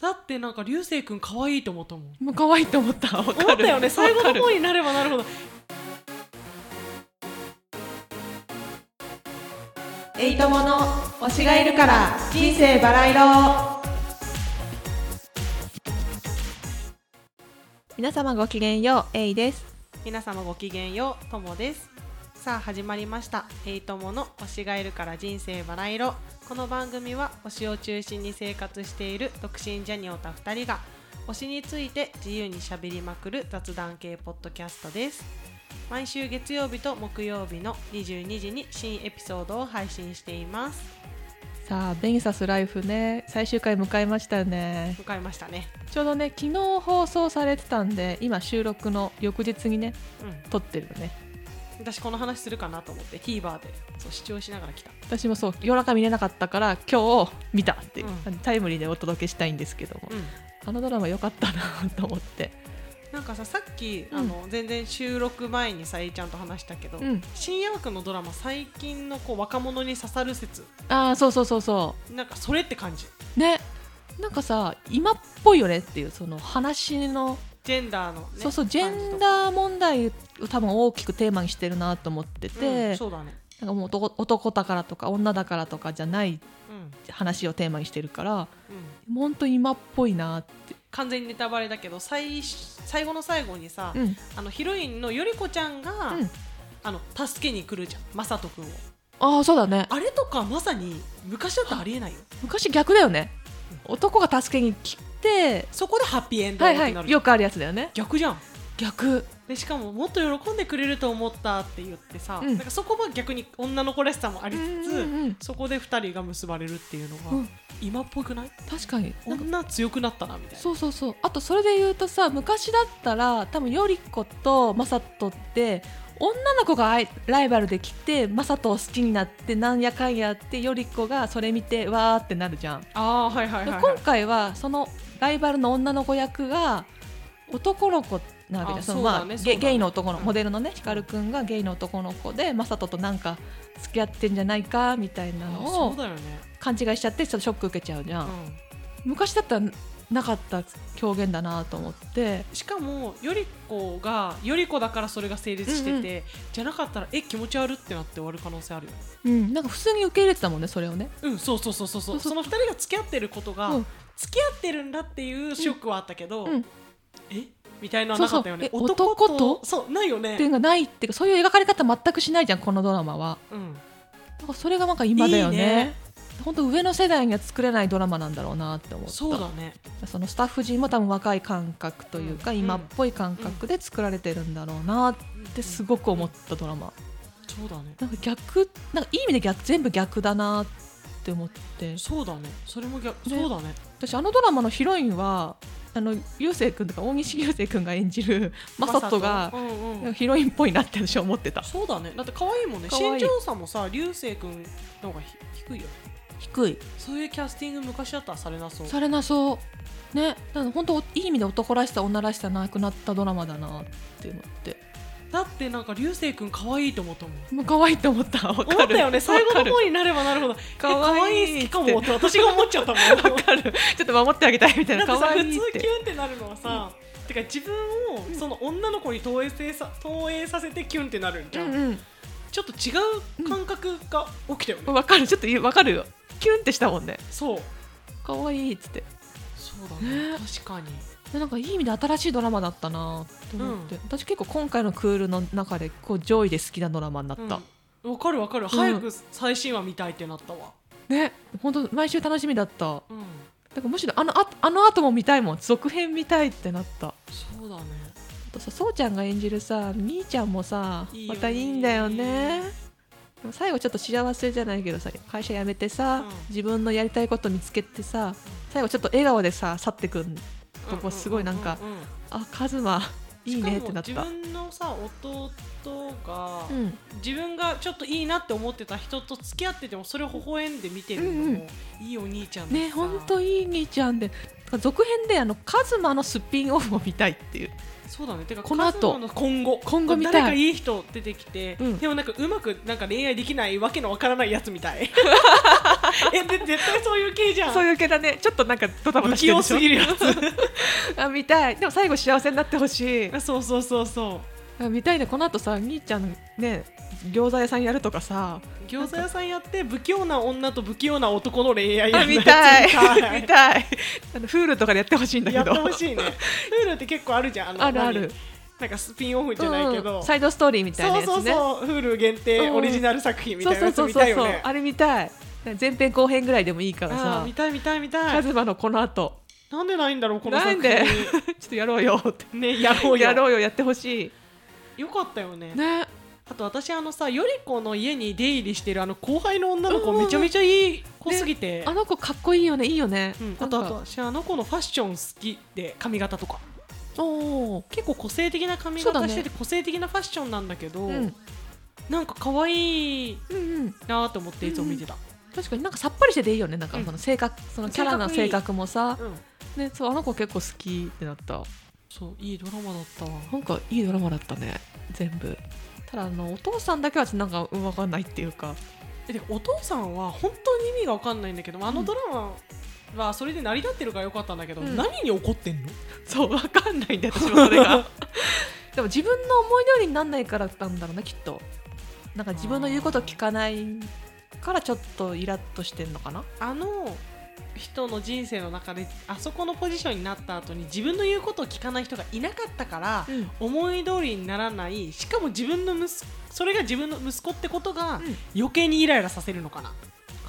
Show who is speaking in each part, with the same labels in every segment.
Speaker 1: だってなんか流星くん可愛いと思ったもん
Speaker 2: もう可愛いと思った。思っ
Speaker 1: 思ったよね最後の方
Speaker 2: に。
Speaker 1: になればなるほど
Speaker 3: エイトモの推しがいるから人生バラ色皆様ごきげんようエイです
Speaker 1: 皆様ごきげんようともですさあ始まりました「エイトモの推しがいるから人生バラ色」この番組は推しを中心に生活している独身ジャニオタ2人が推しについて自由にしゃべりまくる雑談系ポッドキャストです毎週月曜日と木曜日の22時に新エピソードを配信しています
Speaker 2: さあ、ベニサスライフね、最終回迎えましたよね。
Speaker 1: 迎えましたね
Speaker 2: ちょうどね、昨日放送されてたんで、今収録の翌日にね、
Speaker 1: うん
Speaker 2: 撮ってるよね。
Speaker 1: 私この話するかなと思って TVer でそう視聴しながら来た
Speaker 2: 私もそう、夜中見れなかったから、今日見たっていう、
Speaker 1: うん
Speaker 2: タイムリーでお届けしたいんですけども。
Speaker 1: うん
Speaker 2: あのドラマ良かったなと思って。
Speaker 1: なんかささっき、
Speaker 2: うん
Speaker 1: あの全然収録前にさえちゃんと話したけど、
Speaker 2: うん
Speaker 1: 深夜枠のドラマ最近のこう若者に刺さる説
Speaker 2: ああ、そうそうそうそ
Speaker 1: なんかそれって感じ
Speaker 2: う。ね。なんかさ、今っぽいよねっていう、その話の
Speaker 1: ジェンダーの、ね、
Speaker 2: そうそうジェン
Speaker 1: ー
Speaker 2: ダー問題を多分大きくテーマにしてるなと思ってて、
Speaker 1: そうだね
Speaker 2: なんかもう男男だからとか女だからとかじゃな
Speaker 1: う
Speaker 2: い
Speaker 1: ん、うん、
Speaker 2: 話をテーマにしてるから本当に今っぽいなって、
Speaker 1: 完全にネタバレだけど最最後の最後にさ、
Speaker 2: うん
Speaker 1: あのヒロインのよりこちゃんが、
Speaker 2: うん
Speaker 1: あの助けに来るじゃんまさとくんを
Speaker 2: ああそうだね
Speaker 1: あれとかまさに昔だとありえないよ
Speaker 2: 昔逆だよね男が助けに来て
Speaker 1: そこでハッピーエンド
Speaker 2: は
Speaker 1: に
Speaker 2: い
Speaker 1: なるじゃん、
Speaker 2: はいよくあるやつだよね
Speaker 1: 逆じゃん
Speaker 2: 逆
Speaker 1: でしかももっと喜んでくれると思ったって言ってさ、
Speaker 2: う
Speaker 1: な
Speaker 2: ん
Speaker 1: んかそこは逆に女の子らしさもありつつ、
Speaker 2: うんうんうん
Speaker 1: そこで2人が結ばれるっていうのが、
Speaker 2: うん
Speaker 1: 今っぽくない
Speaker 2: 確かになんか
Speaker 1: 女強くなったなみたいな
Speaker 2: そうそうそうあとそれで言うとさ昔だったら多分より子とマサトって女の子があいライバルで来てマサトを好きになってなんやかんやってより子がそれ見てわーってなるじゃん、
Speaker 1: ああーはいはいはい、は
Speaker 2: 今回はそのライバルの女の子役が男の子なわけ
Speaker 1: あ
Speaker 2: だその
Speaker 1: そう
Speaker 2: ま
Speaker 1: だ
Speaker 2: あ
Speaker 1: ね
Speaker 2: ゲ
Speaker 1: そうだね
Speaker 2: ゲイの男の
Speaker 1: うん、
Speaker 2: モデルのね光くんがゲイの男の子でマサトとなんか付き合ってんじゃないかみたいないの
Speaker 1: そ
Speaker 2: を
Speaker 1: うだよね、
Speaker 2: 勘違いしちゃってちょっとショック受けちゃうじゃん、
Speaker 1: う
Speaker 2: 昔だったらなかった表現だなと思って
Speaker 1: ん、しかもより子がより子だからそれが成立してて、
Speaker 2: うんうん
Speaker 1: じゃなかったらえ気持ち悪ってなって終わる可能性あるよね
Speaker 2: うん、なんか普通に受け入れてたもんねそれをね
Speaker 1: うんそうそうそうそうそう
Speaker 2: そうそう
Speaker 1: その2人が付き合ってることが、
Speaker 2: うん
Speaker 1: 付き合ってるんだっていうショックはあったけど、
Speaker 2: うん
Speaker 1: えみたいなのはなかったよね
Speaker 2: そうそうえ男と
Speaker 1: そうないよ
Speaker 2: っていう
Speaker 1: ね、
Speaker 2: のがないっていうかそういう描かれ方全くしないじゃんこのドラマは
Speaker 1: うん、
Speaker 2: なんかそれがなんか今だよ
Speaker 1: いいね
Speaker 2: ねほんと上の世代には作れないドラマなんだろうなって思った
Speaker 1: そうだね
Speaker 2: そのスタッフ陣も多分若い感覚というか、
Speaker 1: うん
Speaker 2: 今っぽい感覚で作られてるんだろうなってすごく思ったドラマ
Speaker 1: そうだね
Speaker 2: なんか逆なんかいい意味で逆全部逆だなって思って
Speaker 1: そうだねそれも逆、そうだね
Speaker 2: 私あのドラマのヒロインはあの流星君とか大西流星君が演じるマサトが
Speaker 1: マサトうんうん
Speaker 2: ヒロインっぽいなって私は思ってた
Speaker 1: そうだねだって可愛いもんね
Speaker 2: 可愛
Speaker 1: 身
Speaker 2: い
Speaker 1: 長差もさ流星くんの方がひ低いよね
Speaker 2: 低い
Speaker 1: そういうキャスティング昔だったらされなそう
Speaker 2: されなそうねだから本当いい意味で男らしさ女らしさなくなったドラマだなって思って
Speaker 1: だってなんか流星くん可愛いと思ったもん
Speaker 2: もう可愛いと思ったわかる
Speaker 1: 思ったよね最後
Speaker 2: わ
Speaker 1: の
Speaker 2: かる
Speaker 1: 方になればなるほどえ
Speaker 2: 可愛い
Speaker 1: 可好きかもって私が思っちゃったもん
Speaker 2: わかるちょっと守ってあげたいみたい
Speaker 1: だ
Speaker 2: な
Speaker 1: って
Speaker 2: 可
Speaker 1: さ
Speaker 2: 愛
Speaker 1: 普
Speaker 2: いっ
Speaker 1: 通キュ
Speaker 2: て
Speaker 1: ンってなるのはさ、てか自分をその女の子に投影せさ投影させてキュンってなるんじ
Speaker 2: う
Speaker 1: ゃん、
Speaker 2: ん
Speaker 1: ちょっと違う感覚が起きたよね、
Speaker 2: うんわかるちょっとわかるよキュンってしたもんね
Speaker 1: そう
Speaker 2: 可愛いっつって
Speaker 1: そうだね確かに
Speaker 2: でなんかいい意味で新しいドラマだったなと思って、
Speaker 1: う
Speaker 2: 私結構今回のクールの中でこう上位で好きなドラマになった、
Speaker 1: うんわかるわかる、早く最新話見たいってなったわ
Speaker 2: ね本当毎週楽しみだった
Speaker 1: うん
Speaker 2: だからむしろあのああの後も見たいもん続編見たいってなったあ
Speaker 1: そうだね
Speaker 2: とさそうちゃんが演じるさみーちゃんもさ
Speaker 1: いいよね
Speaker 2: またいいんだよねでも最後ちょっと幸せじゃないけどさ会社辞めてさ、
Speaker 1: うん
Speaker 2: 自分のやりたいこと見つけてさ最後ちょっと笑顔でさ去ってくんとこすごいなんか
Speaker 1: うんうんうんうん
Speaker 2: あカズマいいねってなっ
Speaker 1: しか
Speaker 2: た
Speaker 1: も自分のさ弟が、
Speaker 2: うん
Speaker 1: 自分がちょっといいなって思ってた人と付き合っててもそれを微笑んで見てるのも、
Speaker 2: うん
Speaker 1: いいお兄ちゃんで
Speaker 2: ね
Speaker 1: さ
Speaker 2: ほんといい兄ちゃんで続編であのカズマのスピンオフも見たいっていう
Speaker 1: そうだねてか
Speaker 2: この後
Speaker 1: カズマの今後
Speaker 2: 今後見たい
Speaker 1: 誰かいい人出てきて、
Speaker 2: うん
Speaker 1: でもなんかうまくなんか恋愛できないわけのわからないやつみたいえで絶対そういう系じゃん
Speaker 2: そういう系だねちょっとなんかドタバ
Speaker 1: 不
Speaker 2: タし
Speaker 1: 器
Speaker 2: てる
Speaker 1: 用
Speaker 2: でし
Speaker 1: す
Speaker 2: ょ
Speaker 1: ぎるやつ
Speaker 2: あ見たいでも最後幸せになってほしい
Speaker 1: あそうそうそうそ
Speaker 2: あ見たいねこの後さ兄ちゃんのね餃子屋さんやるとかさ
Speaker 1: う餃子屋さんやって不器用な女と不器用な男の恋愛や
Speaker 2: あ
Speaker 1: る
Speaker 2: 見たい
Speaker 1: や
Speaker 2: 見たいあのフールとかでやってほしいんだけ
Speaker 1: や
Speaker 2: ど
Speaker 1: ってほ しいねルールって結構あるじゃんあの
Speaker 2: あるある
Speaker 1: 何なんかスピンオフじゃないけど、
Speaker 2: うんサイドストーリーみたいな
Speaker 1: そう
Speaker 2: やつね
Speaker 1: そうそう、フール限定
Speaker 2: うん
Speaker 1: オリジナル作品みた
Speaker 2: そ
Speaker 1: いうな
Speaker 2: そう
Speaker 1: やつ見た
Speaker 2: そうそ
Speaker 1: いうよ
Speaker 2: そう、
Speaker 1: ね。
Speaker 2: あれ見たい前編後編ぐらいでもいいから
Speaker 1: あー
Speaker 2: さ
Speaker 1: 見たい見たい見た
Speaker 2: カ
Speaker 1: い
Speaker 2: ズ。マのこの後
Speaker 1: なんでないんだろうこの作
Speaker 2: な
Speaker 1: 品
Speaker 2: んでちょっとやろうよって
Speaker 1: ねやろうよ
Speaker 2: やろうよやってほし
Speaker 1: よかったよね
Speaker 2: い。ね
Speaker 1: あと私あのさより子の家に出入りしてるあの後輩の女の子
Speaker 2: うんうん
Speaker 1: めちゃめちゃいい子すぎて。
Speaker 2: あの子かっこいいよねいいよね、
Speaker 1: うん、
Speaker 2: な
Speaker 1: あ
Speaker 2: んか
Speaker 1: とあと私あの子のファッション好きで髪型とか
Speaker 2: おー
Speaker 1: 結構個性的な髪
Speaker 2: そうだ
Speaker 1: 型
Speaker 2: ね
Speaker 1: してて個性的なファッションなんだけど
Speaker 2: うん
Speaker 1: なんか可愛い
Speaker 2: うんうん
Speaker 1: なと思っていつも見てた、
Speaker 2: 確かになんかさっぱりしてていいよねなんか
Speaker 1: うん
Speaker 2: その性格、そのキャラの
Speaker 1: 性格いい
Speaker 2: 性格もさ
Speaker 1: うん、
Speaker 2: ねそうあの子結構好きってなった
Speaker 1: そういいドラマだったわ
Speaker 2: なんかいいドラマだったね全部ただあのお父さんだけはなんかうんわかんないっていうか
Speaker 1: えでお父さんは本当に意味が分かんないんだけどあ
Speaker 2: う
Speaker 1: の
Speaker 2: ん
Speaker 1: ドラマはそれで成り立ってるからよかったんだけど、
Speaker 2: うん
Speaker 1: 何に怒ってんの
Speaker 2: そうわかんないんだよ私もそれ がでも自分の思い通りになんないからなんだろうねきっとなんか自分の言うこと聞かないからちょっとイラッとしてんのかな
Speaker 1: あの人の人生の中であそこのポジションになった後に自分の言うことを聞かない人がいなかったから、
Speaker 2: うん
Speaker 1: 思い通りにならないしかも自分の息子それが自分の息子ってことが余計にイライラさせるのかな、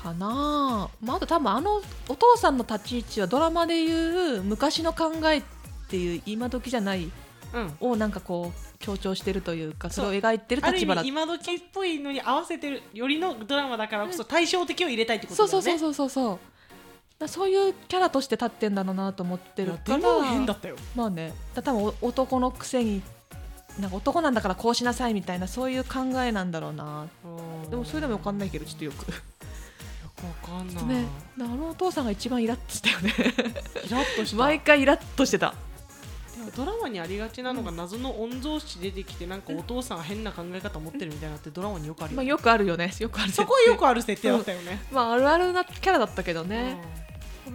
Speaker 2: かなあ、まあ、あと多分あのお父さんの立ち位置はドラマでいう昔の考えっていう今時じゃない
Speaker 1: うん、
Speaker 2: をなんかこう強調してるというかそ
Speaker 1: そう
Speaker 2: れを描いてる
Speaker 1: ある
Speaker 2: 立
Speaker 1: 意
Speaker 2: 場だっ
Speaker 1: 味今時っぽいのに合わせてるよりのドラマだからこそ対照的を入れたいってこ
Speaker 2: そ
Speaker 1: と
Speaker 2: う
Speaker 1: だ
Speaker 2: そ
Speaker 1: よ
Speaker 2: う
Speaker 1: ね
Speaker 2: そうそうそうそうだそういうキャラとして立ってんだろうなと思ってるから
Speaker 1: いやでも変だったよ
Speaker 2: まあねだ多分お男のくせになんか男なんだからこうしなさいみたいなそういう考えなんだろうなでもそれでもわかんないけどちょっとよく
Speaker 1: よくわかんない、
Speaker 2: ねだからあのお父さんが一番イラッとしたよね
Speaker 1: イラッとした
Speaker 2: 毎回イラッとしてた
Speaker 1: でもドラマにありがちなのが謎の御曹司出てきてなんかお父さん変な考え方持ってるみたいなのってドラマによくあるよ,、
Speaker 2: まあよくあるよねよくある
Speaker 1: そこはよくある設定だったよね、
Speaker 2: まああるあるなキャラだったけど
Speaker 1: うん
Speaker 2: ね、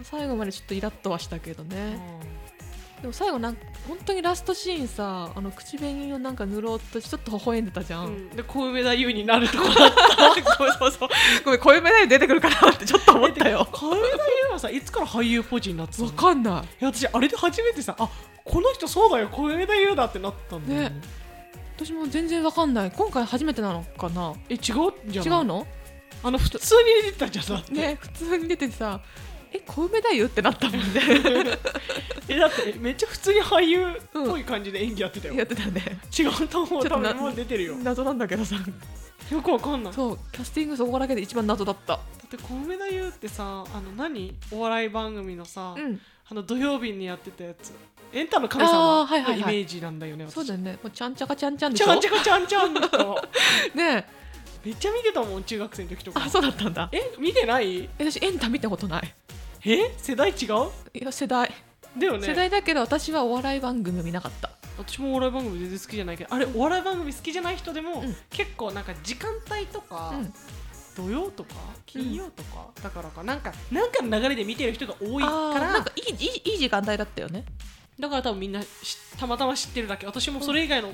Speaker 2: 最後までちょっとイラッとはしたけど
Speaker 1: うん
Speaker 2: ね、でも最後なん本当にラストシーンさあの口紅をなんか塗ろうとしてちょっと微笑んでたじゃん、
Speaker 1: うんで小梅田優になるとこだった そうそうそう
Speaker 2: ごめん小梅だよ出てくるかなってちょっと思ったよ
Speaker 1: 小梅田優はさいつから俳優ポジになってたの
Speaker 2: わ
Speaker 1: い
Speaker 2: かんな
Speaker 1: や私あれで初めてさあこの人そうだよ小梅田優だってなったんだよね
Speaker 2: ねい私も全然わかんない今回初めてなのかな
Speaker 1: え違うんじゃ
Speaker 2: 違
Speaker 1: ん
Speaker 2: うの
Speaker 1: あの普通に出てたじゃんだって、
Speaker 2: ね普通に出てさえ小梅だよってなったもんね
Speaker 1: えだってめっちゃ普通に俳優っぽい感じで演技やってたよ、
Speaker 2: やってたね
Speaker 1: 違うと思う
Speaker 2: ちょっと
Speaker 1: 多
Speaker 2: な
Speaker 1: 分もう出てるよ
Speaker 2: 謎なんだけどさ
Speaker 1: よくわかんない
Speaker 2: そうキャスティングそこだけで一番謎だった
Speaker 1: だって小梅田優ってさあの何お笑い番組のさ、
Speaker 2: うん
Speaker 1: あの土曜日にやってたやつエンタの神様
Speaker 2: あーはい
Speaker 1: の
Speaker 2: は
Speaker 1: イ
Speaker 2: い
Speaker 1: メ
Speaker 2: はい
Speaker 1: ージなんだよね、私
Speaker 2: そうだよねもうちゃんちゃかちゃんちゃんで
Speaker 1: ち
Speaker 2: しょ
Speaker 1: ゃんちゃかちゃんちゃんと
Speaker 2: ねえ
Speaker 1: めっちゃ見てたもん中学生の時とか
Speaker 2: あそうだったんだ
Speaker 1: え見てない
Speaker 2: え私エンタ見たことない
Speaker 1: え世代違う
Speaker 2: いや世代、
Speaker 1: だよね
Speaker 2: 世代だけど私はお笑い番組見なかった
Speaker 1: 私もお笑い番組全然好きじゃないけどあれお笑い番組好きじゃない人でも、
Speaker 2: うん
Speaker 1: 結構なんか時間帯とか、
Speaker 2: うん
Speaker 1: 土曜とか金曜とか、だからかなんかなんかの流れで見てる人が多いか
Speaker 2: あー
Speaker 1: ら
Speaker 2: なんかいいいいいい時間帯だったよね
Speaker 1: だから多分みんなしたまたま知ってるだけ私もそれ以外の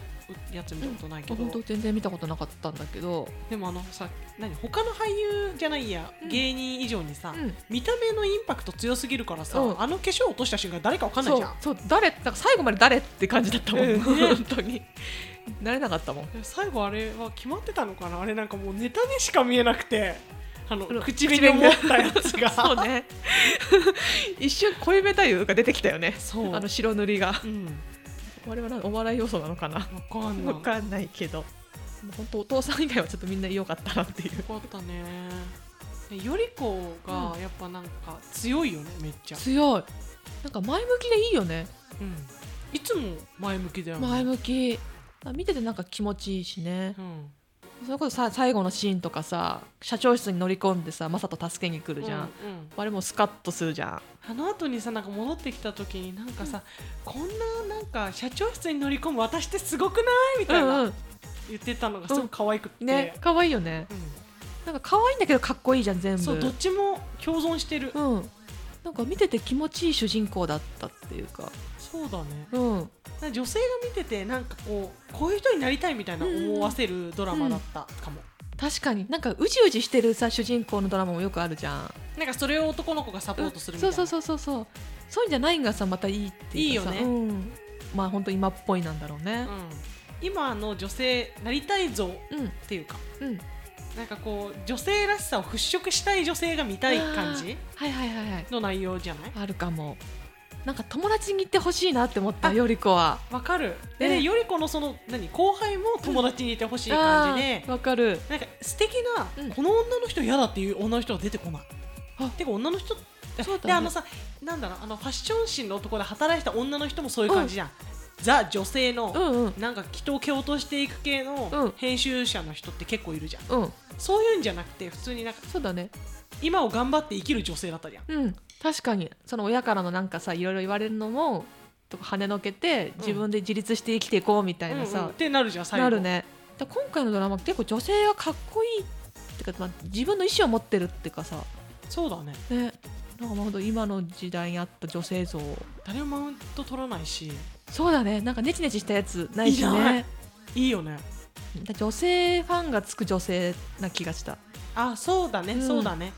Speaker 1: やつ見たことないけど、
Speaker 2: 本当全然見たことなかったんだけど、
Speaker 1: でもあのさ何他の俳優じゃないや、
Speaker 2: うん
Speaker 1: 芸人以上にさ、
Speaker 2: うん
Speaker 1: 見た目のインパクト強すぎるからさ、
Speaker 2: うん
Speaker 1: あの化粧落とした瞬間誰かわかんない
Speaker 2: そう
Speaker 1: じゃん
Speaker 2: そう誰なんか最後まで誰って感じだったもん、
Speaker 1: うん
Speaker 2: 本当に慣れなかったもん
Speaker 1: で最後あれは決まってたのかなあれなんかもうネタでしか見えなくてあの
Speaker 2: うん
Speaker 1: 口紅を持ったやつが
Speaker 2: そうね 一瞬恋めたいうが出てきたよね
Speaker 1: そう
Speaker 2: あの白塗りが
Speaker 1: うん
Speaker 2: あれはなんかお笑い要素なのかな
Speaker 1: わかんない
Speaker 2: わかんないけど本当お父さん以外はちょっとみんな良かったなっていう
Speaker 1: よかったねでより子がやっぱなんか強いよねめっちゃ、
Speaker 2: 強いなんか前向きでいいよね
Speaker 1: うん、いつも前向きだよね
Speaker 2: 前向きあ見ててなんか気持ちいいしね
Speaker 1: うん
Speaker 2: それこそさ最後のシーンとかさ社長室に乗り込んでさマサト助けに来るじゃん、
Speaker 1: うんうん
Speaker 2: あれもスカッとするじゃん
Speaker 1: あの後にさなんか戻ってきた時になんかさ、こんななんか社長室に乗り込む私ってすごくないみたいな、
Speaker 2: うんうん
Speaker 1: 言ってたのがすごく可愛くって、
Speaker 2: ね可愛いよね
Speaker 1: うん
Speaker 2: なんか可愛いんだけどかっこいいじゃん全部
Speaker 1: そうどっちも共存してる、
Speaker 2: うんなんか見てて気持ちいい主人公だったっていうか
Speaker 1: そうだね
Speaker 2: うん
Speaker 1: なんか女性が見ててなんかこうこういう人になりたいみたいな思わせるドラマだったかも、
Speaker 2: 確かになんかうじうじしてるさ主人公のドラマもよくあるじゃん
Speaker 1: なんかそれを男の子がサポートするみた
Speaker 2: そ
Speaker 1: いうな、
Speaker 2: そうそうそうそうそういうんじゃないんがさまたいいっていうかさ
Speaker 1: いいよね
Speaker 2: うん、まあ本当今っぽいなんだろうね
Speaker 1: うん今の女性なりたい像っ
Speaker 2: うん
Speaker 1: ていうか
Speaker 2: うん
Speaker 1: なんかこう女性らしさを払拭したい女性が見たい感じ
Speaker 2: あーはいはいはいはい
Speaker 1: の内容じゃない
Speaker 2: あるかもなんか友達に行ってほしいなって思ったより子は
Speaker 1: わかるで、
Speaker 2: ね
Speaker 1: ね、よりこのその何後輩も友達にいてほしい感じで
Speaker 2: あー、わかる
Speaker 1: なんか素敵な、
Speaker 2: うん
Speaker 1: この女の人嫌だっていう女の人は出てこない
Speaker 2: あ
Speaker 1: てか女の人
Speaker 2: そうだね
Speaker 1: であのさなんだろうあのファッション誌のところで働いた女の人もそういう感じじゃん、ザ女性の、
Speaker 2: うんうん
Speaker 1: なんか人を蹴落としていく系
Speaker 2: う
Speaker 1: の
Speaker 2: ん
Speaker 1: 編集者の人って結構いるじゃん、
Speaker 2: うん
Speaker 1: そういうんじゃなくて普通になんか
Speaker 2: そうだね
Speaker 1: 今を頑張って生きる女性だったじゃん
Speaker 2: うん確かにその親からのなんかさいろいろ言われるのもとか跳ねのけて自分で自立して生きていこうみたいな
Speaker 1: うんうん
Speaker 2: さ
Speaker 1: っ、てなるじゃん最後
Speaker 2: なるねだから今回のドラマ結構女性がかっこいいってか、まあ、自分の意思を持ってるっていうかさ
Speaker 1: そうだね
Speaker 2: ねなんかまあほんと今の時代にあった女性像
Speaker 1: 誰もマウント取らないし
Speaker 2: そうだねなんかネチネチしたやつないし
Speaker 1: いな
Speaker 2: ね
Speaker 1: いいいよね
Speaker 2: だ女性ファンがつく女性な気がした
Speaker 1: あそうだね、
Speaker 2: うん
Speaker 1: そうだね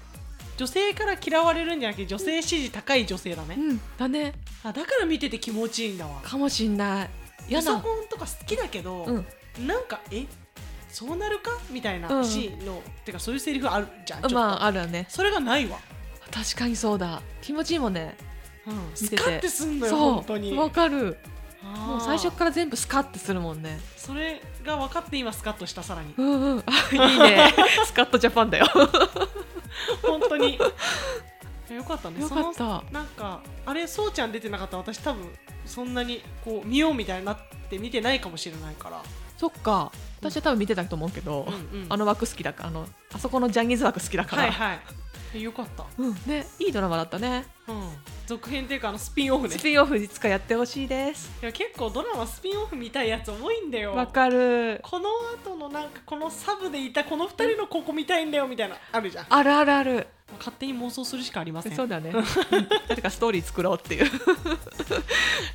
Speaker 1: 女性から嫌われるんじゃなくて女性支持高い女性だね、
Speaker 2: んだね
Speaker 1: あだから見てて気持ちいいんだわ
Speaker 2: かもしんない
Speaker 1: パ
Speaker 2: 嫌
Speaker 1: ソ
Speaker 2: な
Speaker 1: コンとか好きだけど、
Speaker 2: うん
Speaker 1: なんかえそうなるかみたいな
Speaker 2: うん
Speaker 1: シーンの、てかそういうセリフあるじゃんちょっと、
Speaker 2: まああるよね
Speaker 1: それがないわ、
Speaker 2: 確かにそうだ気持ちいいもんね
Speaker 1: うん、
Speaker 2: 見
Speaker 1: ス
Speaker 2: てて
Speaker 1: カってすんのよ
Speaker 2: そう
Speaker 1: 本当に
Speaker 2: わかる
Speaker 1: あー
Speaker 2: もう最初から全部スカッてするもんね
Speaker 1: それが分かって今スカッとしたさらに
Speaker 2: うんうんあいい ねスカッとジャパンだよ
Speaker 1: 本当 によかったね
Speaker 2: よかっ
Speaker 1: その
Speaker 2: た
Speaker 1: なんかあれそうちゃん出てなかったら私多分そんなにこう見ようみたいになって見てないかもしれないから、
Speaker 2: そっか私は多分見てたと思うけど、
Speaker 1: うんうん
Speaker 2: あの枠好きだからあのあそこのジャニーズ枠好きだから、
Speaker 1: はいはいよかった、
Speaker 2: うんね、いいドラマだったね
Speaker 1: うん、続編っていうかあのスピンオフね
Speaker 2: スピンオフいつかやってほしいです
Speaker 1: いや結構ドラマスピンオフみたいやつ多いんだよ
Speaker 2: わかる
Speaker 1: この後のなんかこのサブでいたこの二人のここ見たいんだよみたいなあるじゃん
Speaker 2: あるあるある
Speaker 1: 勝手に妄想するしかありません
Speaker 2: そうだねうん誰かストーリー作ろうっていう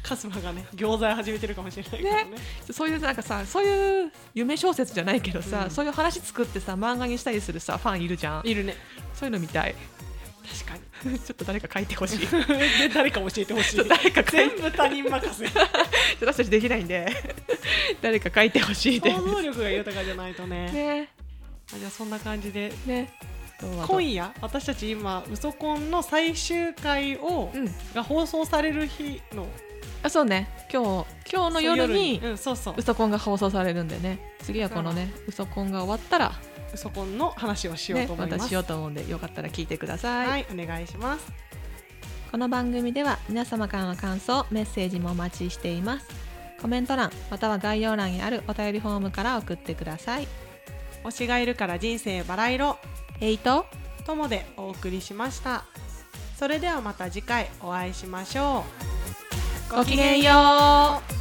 Speaker 1: カスマがね餃子屋始めてるかもしれないからね
Speaker 2: そういうなんかさそういう夢小説じゃないけどさ、
Speaker 1: うん
Speaker 2: そういう話作ってさ漫画にしたりするさファンいるじゃん
Speaker 1: いるね
Speaker 2: そういうの見たい
Speaker 1: 確かに
Speaker 2: ちょっと誰か書いてほしい
Speaker 1: で誰か教えてほし
Speaker 2: ちょ
Speaker 1: い
Speaker 2: っと誰か書い
Speaker 1: 全
Speaker 2: て
Speaker 1: 部他人任 せ
Speaker 2: 私たちできないんで 誰か書いてほしいで
Speaker 1: 想像力が豊かじゃないとね
Speaker 2: ね
Speaker 1: あじゃあそんな感じで
Speaker 2: ね夜
Speaker 1: 今夜私たち今ウソコンの最終回を、
Speaker 2: うん
Speaker 1: が放送される日の
Speaker 2: あそうね今日今日の夜に
Speaker 1: うん、そうそう
Speaker 2: ウソコンが放送されるんでね次はこのねウソコンが終わったら、
Speaker 1: ウソコンの話をしよう
Speaker 2: ね
Speaker 1: と、思
Speaker 2: ま
Speaker 1: いま
Speaker 2: た
Speaker 1: す、
Speaker 2: しようと思うんでよかったら聞いてください、
Speaker 1: はい、お願いします。
Speaker 2: この番組では皆様からの感想メッセージもお待ちしていますコメント欄または概要欄にあるお便りフォームから送ってください
Speaker 1: 推しがいるから人生バラ色、
Speaker 2: えいと
Speaker 1: ともでお送りしました。それではまた次回お会いしましょう。
Speaker 2: う